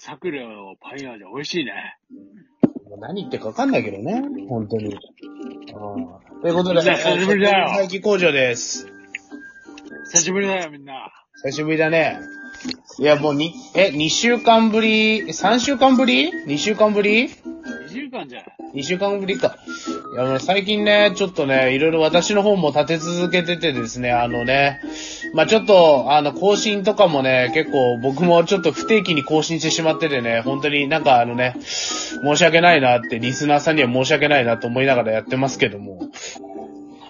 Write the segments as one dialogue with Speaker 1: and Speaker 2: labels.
Speaker 1: 桜のパインアージャ美味しいね。
Speaker 2: もう何言ってるかわかんないけどね、本当に。うんということで、
Speaker 1: じゃあ久しぶりだよ
Speaker 2: 廃棄工場です。
Speaker 1: 久しぶりだよ、みんな。
Speaker 2: 久しぶりだね。いや、もうに、え、2週間ぶり、3週間ぶり ?2 週間ぶり
Speaker 1: 2週間じゃん。
Speaker 2: 2週間ぶりか。いや、もう最近ね、ちょっとね、いろいろ私の方も立て続けててですね、あのね、まあちょっと、あの、更新とかもね、結構僕もちょっと不定期に更新してしまっててね、本当になんかあのね、申し訳ないなって、リスナーさんには申し訳ないなと思いながらやってますけども。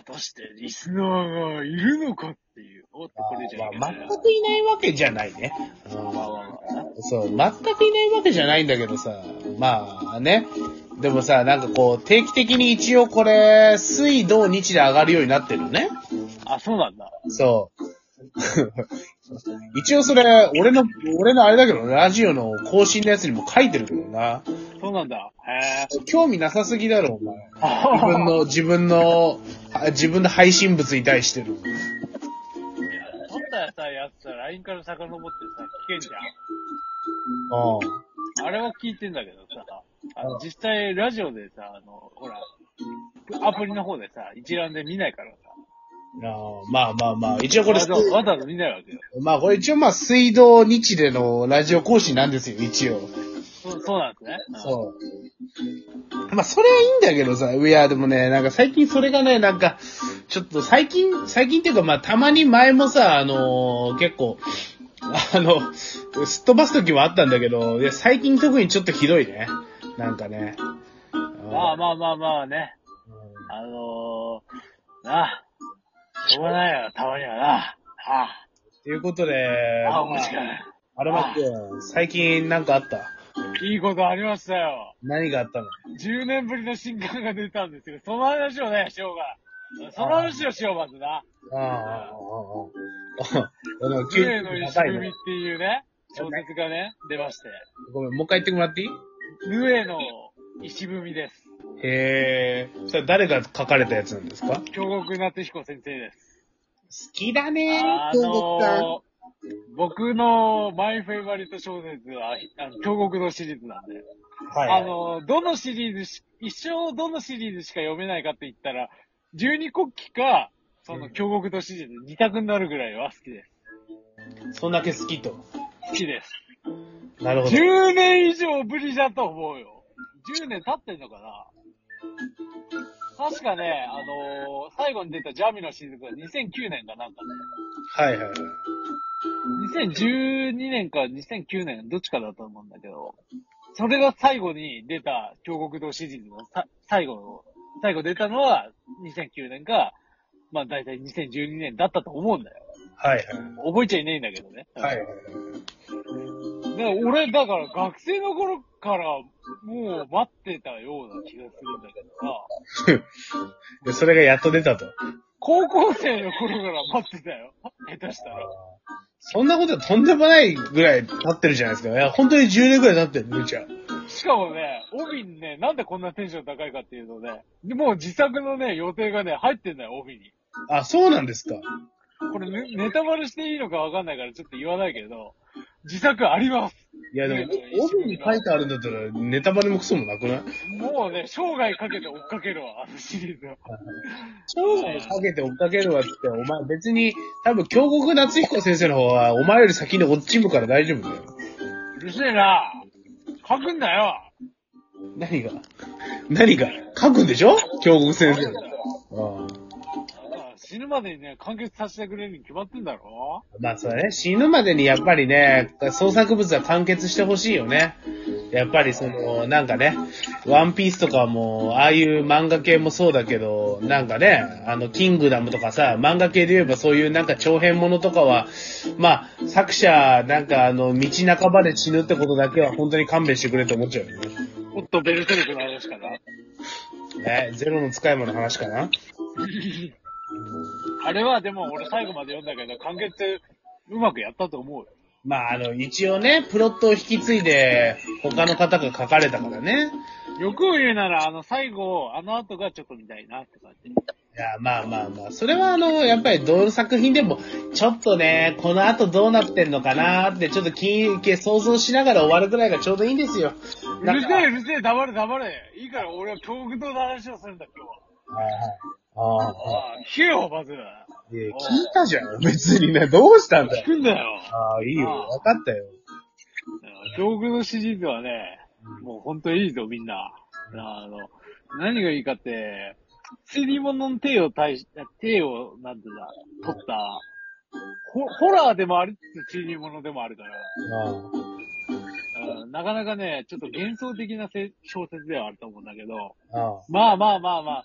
Speaker 1: 果たしてリスナーがいるのかっていう。おっと、これじゃいけ
Speaker 2: ま
Speaker 1: な
Speaker 2: あ
Speaker 1: いな。
Speaker 2: 全くいないわけじゃないね。うん
Speaker 1: まあまあまあ
Speaker 2: そう、全くいないわけじゃないんだけどさ、まあね。でもさ、なんかこう、定期的に一応これ、水、土、日で上がるようになってるのね。
Speaker 1: あ、そうなんだ。
Speaker 2: そう。 一応それ、俺の、俺のあれだけどね、ラジオの更新のやつにも書いてるけどな。
Speaker 1: そうなんだ。へえ。
Speaker 2: 興味なさすぎだろ、お前。自分の、自 分の、あ自分の配信物に対してる。
Speaker 1: 撮ったさ、やつさ、LINE から遡ってさ、聞けんじゃ。
Speaker 2: うん
Speaker 1: あれは聞いてんだけどさ、あ
Speaker 2: う
Speaker 1: の、
Speaker 2: ん
Speaker 1: 実際ラジオでさ、あの、ほら、アプリの方でさ、一覧で見ないからさ。
Speaker 2: ん。あーまあまあまあ、一応これ
Speaker 1: わ、ざわざわざ見ないわけよ。
Speaker 2: まあこれ一応まあ水道日でのラジオ更新なんですよ、一応。
Speaker 1: そう、そうなんですね。
Speaker 2: そう。まあ、それはいいんだけどさ、いや、でもね、なんか最近それがね、なんか、ちょっと最近、最近っていうか、まあ、たまに前もさ、あのー結構、あの、すっ飛ばす時もあったんだけど、いや、最近特にちょっとひどいね。なんかね。
Speaker 1: うん。まあ
Speaker 2: あ。
Speaker 1: まあまあまあね。あのー、なあ、しょうがないよ、たまにはな。あ
Speaker 2: ということで、
Speaker 1: あ、ああ、もしか
Speaker 2: アルバック、最近なんかあった
Speaker 1: いいことありましたよ。
Speaker 2: 何があったの
Speaker 1: 10年ぶりの新刊が出たんですけど、その話をね、しようが。その話をしよう、まずな。
Speaker 2: ああ、ああ、ああ。あの、急
Speaker 1: 杖の
Speaker 2: に
Speaker 1: 石
Speaker 2: 高い
Speaker 1: 組みっ
Speaker 2: ね。
Speaker 1: ていうね、小説がね、出まして。
Speaker 2: ごめん、もう一回言ってもらっていい
Speaker 1: ヌエの石踏みです。
Speaker 2: へえ。それ誰が書かれたやつなんですか好
Speaker 1: 京極夏彦先生です。
Speaker 2: きだね
Speaker 1: あのー、僕のマイフェイバリット小説は、あの、京極のシリーズなんで。
Speaker 2: はい。
Speaker 1: あのー、どのシリーズし、一生どのシリーズしか読めないかって言ったら、十二国旗か、その京極のシリーズ二択になるぐらいは好きです。
Speaker 2: そんだけ好きと。
Speaker 1: 好きです。
Speaker 2: なるほど。
Speaker 1: 10年以上ぶりだと思うよ。10年経ってんのかな確かね、あのー最後に出たジャミの雫が2009年かなんか
Speaker 2: はいはいはい。
Speaker 1: ね、2012年か2009年、どっちかだと思うんだけど、それが最後に出た京極堂シリーズのさ最後の、最後出たのは2009年か、まあ大体2012年だったと思うんだよ。
Speaker 2: はい
Speaker 1: 覚えちゃいないんだけどね。
Speaker 2: はい。はいはい。
Speaker 1: で、俺、だから学生の頃からもう待ってたような気がするんだけどさ、
Speaker 2: で、それがやっと出たと。
Speaker 1: 高校生の頃から待ってたよ。下手したら。
Speaker 2: そんなことはとんでもないぐらい経ってるじゃないですか。いや、本当に10年ぐらい経ってる、むちゃん。
Speaker 1: しかもね、帯にね、なんでこんなテンション高いかっていうとね、でもう自作のね、予定がね、入ってんだよ、帯に。
Speaker 2: あ、そうなんですか。
Speaker 1: これね、ネタバレしていいのかわかんないからちょっと言わないけど、自作あります。
Speaker 2: いや、でも、帯に書いてあるんだったら、ネタバレもクソもなくない
Speaker 1: もうね、生涯かけて追っかけるわ、あのシリーズは。
Speaker 2: 生涯かけて追っかけるわって、お前別に、多分、京極夏彦先生の方は、お前より先に落ちむから大丈夫だよ。
Speaker 1: うるせえな書くんだよ
Speaker 2: 何が何が書くんでしょ京極先生。うん
Speaker 1: あ死ぬまでにね、完結させてくれるに決まってんだろ
Speaker 2: まあそうね、死ぬまでにやっぱりね、創作物は完結してほしいよね。やっぱりその、なんかね、ワンピースとかも、ああいう漫画系もそうだけど、なんかね、あの、キングダムとかさ、漫画系で言えばそういうなんか長編ものとかは、まあ、作者、なんかあの、道半ばで死ぬってことだけは本当に勘弁してくれって思っちゃうよね。
Speaker 1: おっと、ベルセルクの話かな。
Speaker 2: ね、ゼロの使い魔の話かな
Speaker 1: あれはでも俺最後まで読んだけど、完結うまくやったと思うよ。
Speaker 2: まああの、一応ね、プロットを引き継いで、他の方が書かれたからね。
Speaker 1: 欲を言うなら、あの最後、あの後がちょっとみたいなって感じ。
Speaker 2: いや、まあまあまあ。それはあの、やっぱりどの作品でも、ちょっとね、この後どうなってんのかなーって、ちょっと気気想像しながら終わるぐらいがちょうどいいんですよ。
Speaker 1: うるせえ、うるせえ、黙れ、黙れ。いいから、俺は教育の話をするんだ、今
Speaker 2: はいはい。
Speaker 1: 日は。ああ、聞けよ、まず。
Speaker 2: いや聞いたじゃん。別にね、どうしたんだ
Speaker 1: 聞
Speaker 2: よ。
Speaker 1: くんだよ。
Speaker 2: ああ、いいよ。わかったよ。
Speaker 1: 教育のシリーズはね、もうほんといいぞ、みんな。あの、何がいいかって、推理物の手を対し、手を、なんていうんだ、取った、ホホラーでもありつつ推理物でもあるから。
Speaker 2: あ
Speaker 1: うんなかなかね、ちょっと幻想的なせ小説ではあると思うんだけど、
Speaker 2: あ、ああ、
Speaker 1: まあまあまあまあ、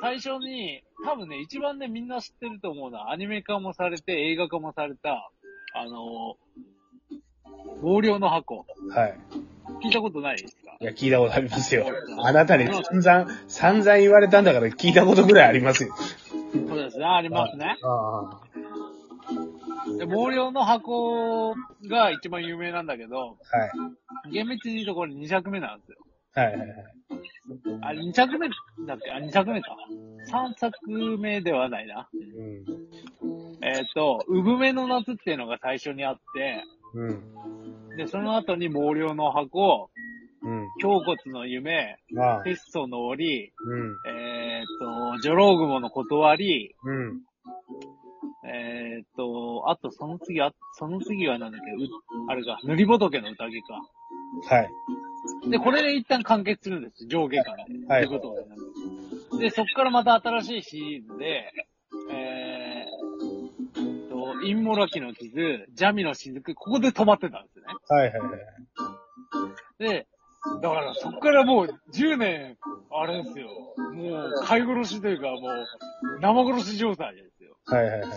Speaker 1: 最初に、多分ね、一番ね、みんな知ってると思うのは、アニメ化もされて、映画化もされた、あのー、毛量の箱。
Speaker 2: はい。
Speaker 1: 聞いたことないですか
Speaker 2: いや、聞いたことありますよ。あなたに散々、散々言われたんだから聞いたことぐらいありますよ。
Speaker 1: そうですね、ありますね。
Speaker 2: ああ、
Speaker 1: で、毛量の箱が一番有名なんだけど、
Speaker 2: はい。
Speaker 1: 厳密に言うとこれ2着目なんですよ。
Speaker 2: はいはいはい。
Speaker 1: あ、2着目だっけあ、2着目か。3作目ではないな。
Speaker 2: うん。
Speaker 1: えっ、と、産めの夏っていうのが最初にあって、
Speaker 2: うん。
Speaker 1: で、その後に毛量の箱、
Speaker 2: うん。
Speaker 1: 胸骨の夢、
Speaker 2: まあ、
Speaker 1: テストの檻、
Speaker 2: うん。
Speaker 1: えっ、と、ジョロウグモの断り、
Speaker 2: うん。
Speaker 1: えっ、と、あとその次、あ、その次はなんだっけ、う、あれか、塗り仏の宴か。
Speaker 2: はい。
Speaker 1: で、これで一旦完結するんです。上下巻で。
Speaker 2: はい
Speaker 1: ってことになるんですで、そこからまた新しいシリーズで、えー、と、インモラキの傷、ジャミの雫、ここで止まってたんですね。
Speaker 2: はいはいはい。
Speaker 1: で、だからそこからもう10年、あれですよ。もう、飼い殺しというか、もう、生殺し状態ですよ。
Speaker 2: はいはいはい。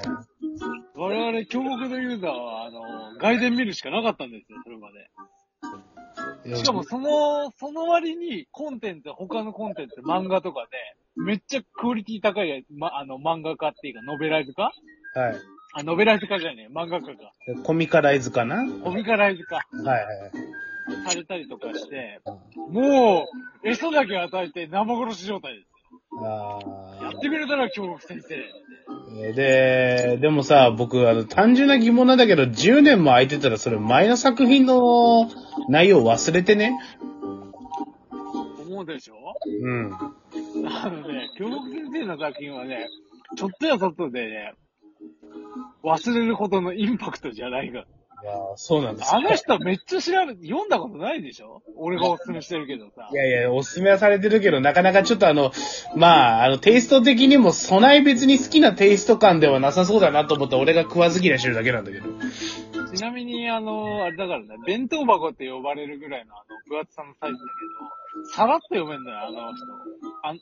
Speaker 1: 我々、京極のユーザーは、あの、外伝見るしかなかったんですよ、それまで。しかも、その、その割に、コンテンツ、他のコンテンツ、漫画とかで、めっちゃクオリティ高い、ま、あの、漫画家っていうか、ノベライズ化
Speaker 2: はい。
Speaker 1: あ、ノベライズ化じゃねえ、漫画家か。
Speaker 2: コミカライズかなはい
Speaker 1: コミカライズ化
Speaker 2: はい
Speaker 1: されたりとかして、もう、餌だけ与えて生殺し状態です。
Speaker 2: はい。
Speaker 1: や
Speaker 2: あ
Speaker 1: ってくれたら京極先生。
Speaker 2: ーで、でもさ、僕、あの、単純な疑問なんだけど、10年も空いてたら、それ前の作品の内容忘れてね。
Speaker 1: 思うでしょ
Speaker 2: うん。
Speaker 1: あのね、京極先生の作品はね、ちょっとやそっとでね、忘れるほどのインパクトじゃないが。
Speaker 2: いやーそうなんです
Speaker 1: あの人めっちゃ調べ、読んだことないでしょ俺がおすすめしてるけどさ
Speaker 2: い。やいや、おすすめはされてるけど、なかなかちょっとあの、まあ、あの、テイスト的にも、備え別に好きなテイスト感ではなさそうだなと思って、俺が食わず嫌いしてるだけなんだけど。
Speaker 1: ちなみに、あの、あれだからね、弁当箱って呼ばれるぐらいのあの、分厚さのサイズだけど、さらっと読めんだよ、あの人。あん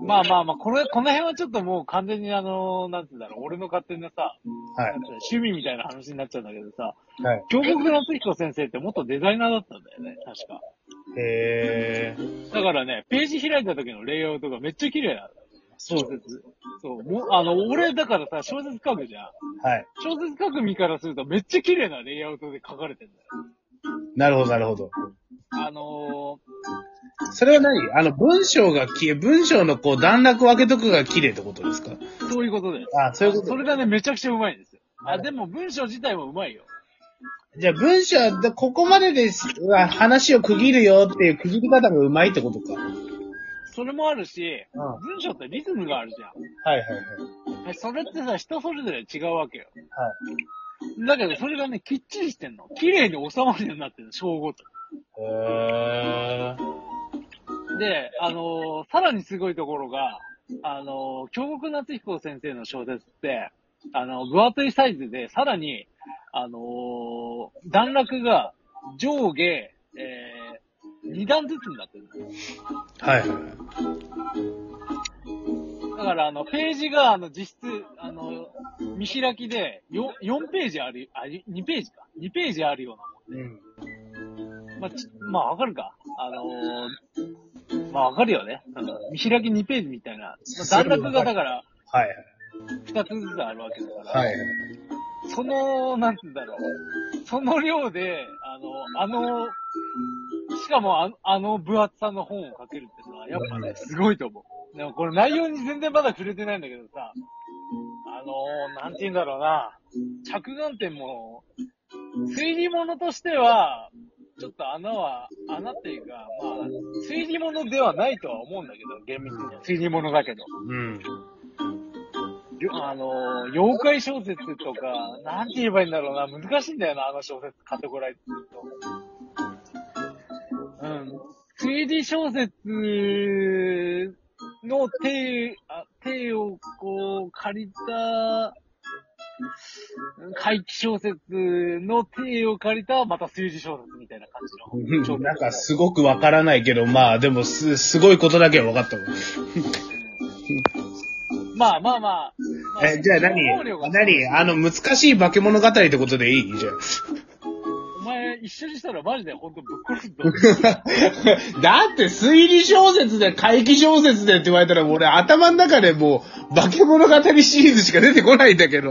Speaker 1: まあまあまあ、これ、この辺はちょっともう完全にあの、なんて言うんだろう、俺の勝手なさ、
Speaker 2: は
Speaker 1: なんか趣味みたいな話になっちゃうんだけどさ、
Speaker 2: い。はい。
Speaker 1: 京極夏彦先生って元デザイナーだったんだよね、確か。
Speaker 2: へー。
Speaker 1: だからね、ページ開いた時のレイアウトがめっちゃ綺麗なの。
Speaker 2: そう
Speaker 1: 小説。そう、もう、あの、俺だからさ、小説書くじゃん。
Speaker 2: はい。
Speaker 1: 小説書く身からするとめっちゃ綺麗なレイアウトで書かれてんだよ。
Speaker 2: なるほど、なるほど。
Speaker 1: あの
Speaker 2: それは何あの、文章がき、文章のこう、段落を分けとくが綺麗ってことですか
Speaker 1: ー、そういうことです。
Speaker 2: あ、そういうこと
Speaker 1: それがね、めちゃくちゃうまいんですよ。
Speaker 2: は
Speaker 1: あ、
Speaker 2: い
Speaker 1: でも文章自体もうまいよ。
Speaker 2: じゃあ文章は、でここまでです、うわ話を区切るよっていう区切り方がうまいってことか。うん。
Speaker 1: それもあるし、
Speaker 2: は
Speaker 1: 文章ってリズムがあるじゃ
Speaker 2: いはいはい。
Speaker 1: んで。それってさ、人それぞれ違うわけよ。だけど、それがね、きっちりしてんの。綺麗に収まるようになってるの、小5と。
Speaker 2: はい。へー。
Speaker 1: で、あのーさらにすごいところが、あのー京極夏彦先生の小説って、あの、分厚いサイズで、さらに、あのー段落が上下、えー、2段ずつになってるんですよ
Speaker 2: はいはいはい。
Speaker 1: だから、あの、ページが、あの、実質、あの、見開きで、よ、4ページある、あ、2ページか。2ページあるような
Speaker 2: うん。
Speaker 1: まあ、ちまあ、わかるか。あのー、まあ、わかるよね。なんか見開き2ページみたいな。まあ段落がだから、
Speaker 2: はい
Speaker 1: 2つずつあるわけだから、
Speaker 2: はい。はい。
Speaker 1: その、なんて言うんだろう。その量で、あの、あの、しかもあのあの分厚さの本を書けるってのは、やっぱね、すごいと思う。でもこれ内容に全然まだ触れてないんだけどさ、あのー、なんて言うんだろうな、着眼点も、推理物としては、ちょっと穴は、穴っていうか、まあ、推理物ではないとは思うんだけど、厳密には。推理物だけど。
Speaker 2: うん。
Speaker 1: よあのー、妖怪小説とか、なんて言えばいいんだろうな、難しいんだよな、あの小説、カテゴライズすると。うん。推理小説の手、あ手をこう、借りた、怪奇小説の手を借りた、また推理小説みたいな感じの小説。
Speaker 2: なんかすごくわからないけど、まあでもす、すごいことだけは分かったもん。
Speaker 1: まあまあまあ。ま
Speaker 2: え、じゃあ何
Speaker 1: 情報量が
Speaker 2: 何あの、難しい化け物語ってことでいいじゃ
Speaker 1: お前一緒にしたらマジで本当ぶっ殺 すぞ。
Speaker 2: あ。 だって推理小説で怪奇小説でって言われたら俺頭の中でもう化け物語シリーズしか出てこないんだけど。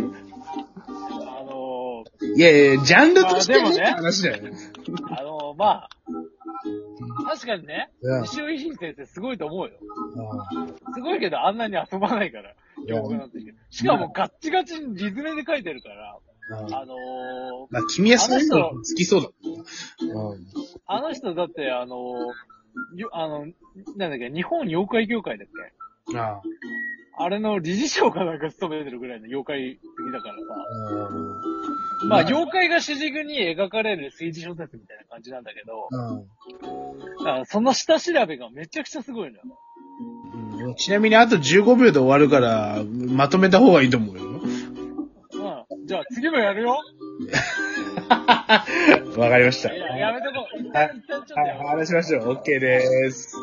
Speaker 1: あの
Speaker 2: いやいや、ジャンルとして
Speaker 1: まあ
Speaker 2: ね、
Speaker 1: でもね
Speaker 2: 話だよね。
Speaker 1: ー、あのー、まあ、確かにね
Speaker 2: うん、
Speaker 1: 西尾維新先生すごいと思うよ。すごいけどあんなに遊ばないから。
Speaker 2: いや
Speaker 1: よくなってきてしかもガッチガチに実名で書いてるから、あのー、
Speaker 2: まあ、君はそういうの好きそうだもんね。
Speaker 1: あの人だってあのー、よあの、なんだっけ、日本妖怪業界だっけ
Speaker 2: うん。ああ。
Speaker 1: あれの理事長かなんか務めてるぐらいの妖怪好きだからさ。
Speaker 2: うん
Speaker 1: まあ、妖怪が主軸に描かれる推理小説みたいな感じなんだけど、
Speaker 2: うん。
Speaker 1: だからその下調べがめちゃくちゃすごいのよ。
Speaker 2: うんちなみにあと15秒で終わるから、まとめた方がいいと思 うよ。
Speaker 1: うん。じゃあ次もやるよ。
Speaker 2: わかりました。
Speaker 1: いや、やめとこう。一
Speaker 2: はい
Speaker 1: 旦、一旦ちょっと
Speaker 2: はい、
Speaker 1: やめとこう
Speaker 2: 話しましょう。OK でーす。